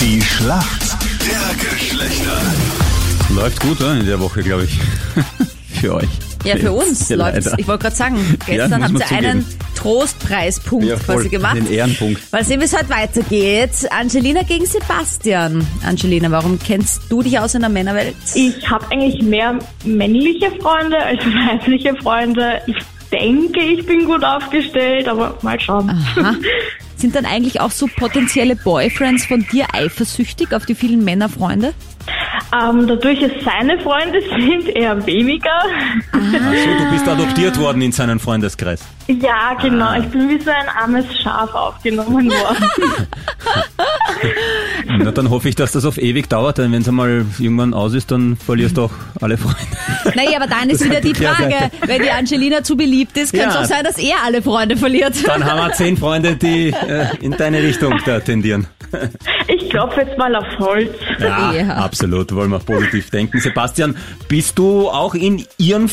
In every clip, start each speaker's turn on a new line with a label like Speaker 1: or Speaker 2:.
Speaker 1: Die Schlacht der Geschlechter.
Speaker 2: Läuft gut, oder? In der Woche, glaube ich. Für euch.
Speaker 3: Ja, für uns
Speaker 2: Ja,
Speaker 3: läuft's.
Speaker 2: leider.
Speaker 3: Ich wollte gerade sagen,
Speaker 2: Ja,
Speaker 3: gestern
Speaker 2: muss
Speaker 3: habt
Speaker 2: man
Speaker 3: ihr einen Trostpreispunkt
Speaker 2: Ja, voll.
Speaker 3: quasi gemacht.
Speaker 2: Den Ehrenpunkt.
Speaker 3: Mal sehen, wie es heute weitergeht. Angelina gegen Sebastian. Angelina, warum kennst du dich aus in der Männerwelt?
Speaker 4: Ich habe eigentlich mehr männliche Freunde als weibliche Freunde. Ich denke, ich bin gut aufgestellt, aber mal schauen.
Speaker 3: Aha. Sind dann eigentlich auch so potenzielle Boyfriends von dir eifersüchtig auf die vielen Männerfreunde?
Speaker 4: Ähm, dadurch, dass seine Freunde sind, eher weniger.
Speaker 2: Ah.
Speaker 5: So, du bist adoptiert worden in seinen Freundeskreis.
Speaker 4: Ja, genau. Ich bin wie so ein armes Schaf aufgenommen worden.
Speaker 2: Na, dann hoffe ich, dass das auf ewig dauert, denn wenn es einmal irgendwann aus ist, dann verlierst du auch alle Freunde.
Speaker 3: Naja, aber dann ist wieder die Frage, wenn die Angelina zu beliebt ist, kann es
Speaker 2: Ja.
Speaker 3: auch sein, dass er alle Freunde verliert.
Speaker 2: Dann haben wir zehn Freunde, die äh, in deine Richtung da tendieren.
Speaker 4: Ich klopfe jetzt mal auf Holz.
Speaker 2: Ja,
Speaker 3: Ja.
Speaker 2: absolut. Wollen wir positiv denken. Sebastian, bist du auch in ihren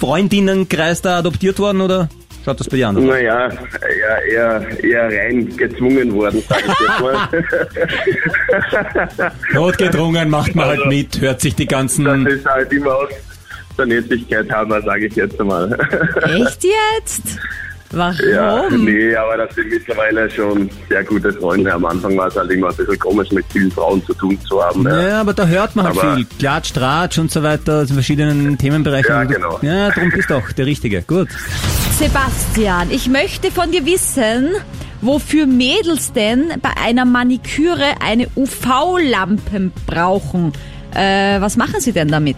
Speaker 2: Freundinnenkreis da adoptiert worden, oder schaut das bei dir anders aus?
Speaker 6: Naja, ja, eher, eher rein gezwungen worden, sage ich jetzt mal.
Speaker 2: Notgedrungen macht man halt mit, hört sich die ganzen
Speaker 6: Also- Das ist halt immer aus der Nettigkeit haben, sage ich jetzt mal.
Speaker 3: Echt jetzt? Warum?
Speaker 6: Ja, nee, aber das sind mittlerweile schon sehr gute Freunde. Am Anfang war es halt immer ein bisschen komisch, mit vielen Frauen zu tun zu haben. Ja.
Speaker 2: Ja, aber da hört man halt
Speaker 6: Aber-
Speaker 2: viel. Klatsch, Tratsch und so weiter, also verschiedenen Themenbereichen.
Speaker 6: Ja,
Speaker 2: Und du-
Speaker 6: genau.
Speaker 2: Ja, darum bist du auch der Richtige. Gut.
Speaker 3: Sebastian, ich möchte von dir wissen, wofür Mädels denn bei einer Maniküre eine UV-Lampe brauchen. Äh, was machen sie denn damit?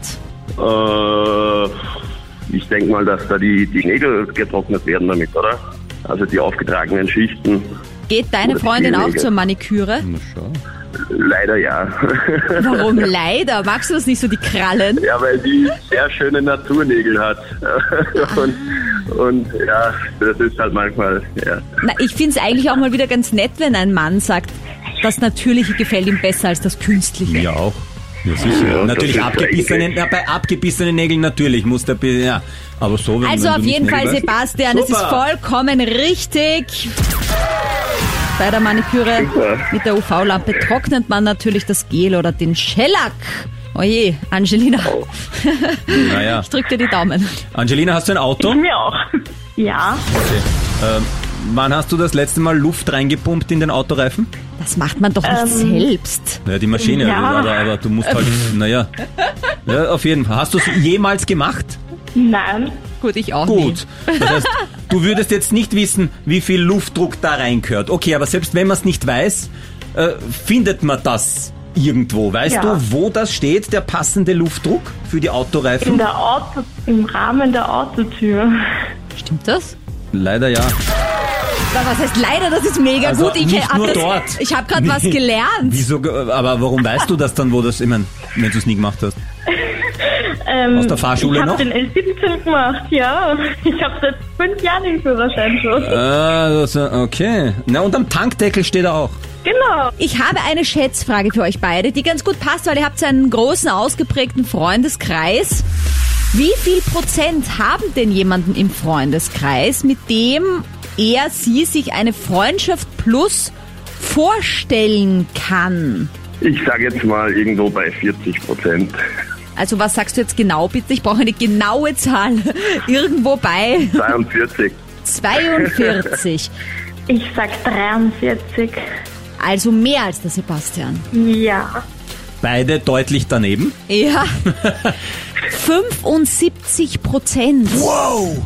Speaker 6: Äh, ich denke mal, dass da die, die Nägel getrocknet werden damit, oder? Also die aufgetragenen Schichten.
Speaker 3: Geht deine
Speaker 6: Oder die
Speaker 3: Freundin auch
Speaker 6: Nägel.
Speaker 3: zur Maniküre?
Speaker 6: Leider ja.
Speaker 3: Warum leider? Magst du das nicht so, die Krallen?
Speaker 6: Ja, weil die sehr schöne Naturnägel hat. und, und ja, das ist halt manchmal, ja.
Speaker 3: Na, ich find's eigentlich auch mal wieder ganz nett, wenn ein Mann sagt, das Natürliche gefällt ihm besser als das Künstliche.
Speaker 2: Ja, auch. Ja, sicher.
Speaker 6: Ja,
Speaker 2: natürlich,
Speaker 6: das ist
Speaker 2: abgebissene,
Speaker 6: eigentlich-
Speaker 2: na, bei abgebissenen Nägeln natürlich muss der, bi- ja. Aber so, wenn
Speaker 3: Also
Speaker 2: wenn
Speaker 3: auf
Speaker 2: du nicht
Speaker 3: jeden Fall,
Speaker 2: Nägel hast-
Speaker 3: Sebastian, das ist
Speaker 2: Super.
Speaker 3: vollkommen richtig. Bei der Maniküre mit der UV-Lampe trocknet man natürlich das Gel oder den Shellac. Oje, Angelina,
Speaker 2: Naja.
Speaker 3: ich drück dir die Daumen.
Speaker 2: Angelina, hast du ein Auto?
Speaker 3: Mhm.
Speaker 2: Ähm,
Speaker 4: Mir auch. Ja.
Speaker 2: Wann hast du das letzte Mal Luft reingepumpt in den Autoreifen?
Speaker 3: Das macht man doch nicht selbst.
Speaker 2: Naja, die Maschine,
Speaker 4: Ja.
Speaker 2: aber, aber du musst halt, naja. Ja, auf jeden Fall. Hast du es jemals gemacht?
Speaker 4: Nein.
Speaker 3: Gut, ich auch
Speaker 2: Gut. Das heißt, du würdest jetzt nicht wissen, wie viel Luftdruck da reingehört. Okay, aber selbst wenn man es nicht weiß, äh, findet man das irgendwo. Weißt
Speaker 4: Ja.
Speaker 2: du, wo das steht, der passende Luftdruck für die
Speaker 4: In
Speaker 2: Autoreifen?
Speaker 4: der Auto, im Rahmen der Autotür.
Speaker 3: nie. Stimmt das?
Speaker 2: Leider ja.
Speaker 3: Aber was heißt leider, das ist mega
Speaker 2: Also
Speaker 3: gut. Ich
Speaker 2: nicht
Speaker 3: hab
Speaker 2: nur
Speaker 3: das-
Speaker 2: dort.
Speaker 3: Ich habe gerade was
Speaker 2: Nee.
Speaker 3: gelernt.
Speaker 2: Wieso, ge- aber warum weißt du das dann, wo das, ich mein, wenn du es nie gemacht hast?
Speaker 4: Ähm,
Speaker 2: Aus der Fahrschule
Speaker 4: ich hab
Speaker 2: Ah, noch?
Speaker 4: den L17 gemacht, ja. Ich habe seit fünf Jahren den Führerschein schon.
Speaker 2: Ah, das, äh, okay. Na, und am Tankdeckel steht er auch.
Speaker 4: Genau.
Speaker 3: Ich habe eine Schätzfrage für euch beide, die ganz gut passt, weil ihr habt einen großen, ausgeprägten Freundeskreis. Wie viel Prozent haben denn jemanden im Freundeskreis, mit dem er, sie sich eine Freundschaft plus vorstellen kann?
Speaker 6: Ich sage jetzt mal irgendwo bei 40 Prozent.
Speaker 3: Also was sagst du jetzt genau bitte? Ich brauche eine genaue Zahl. Irgendwo bei
Speaker 6: 42.
Speaker 3: 42.
Speaker 4: Ich sag 43.
Speaker 3: Also mehr als der Sebastian.
Speaker 4: Ja.
Speaker 2: Beide deutlich daneben.
Speaker 3: Ja. 75 Prozent.
Speaker 6: Oh,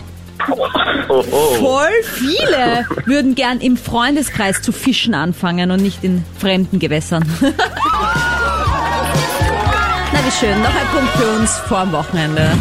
Speaker 6: oh.
Speaker 3: Voll viele würden gern im Freundeskreis zu fischen anfangen und nicht in fremden Gewässern. Na wie schön, noch ein Punkt für uns vorm Wochenende.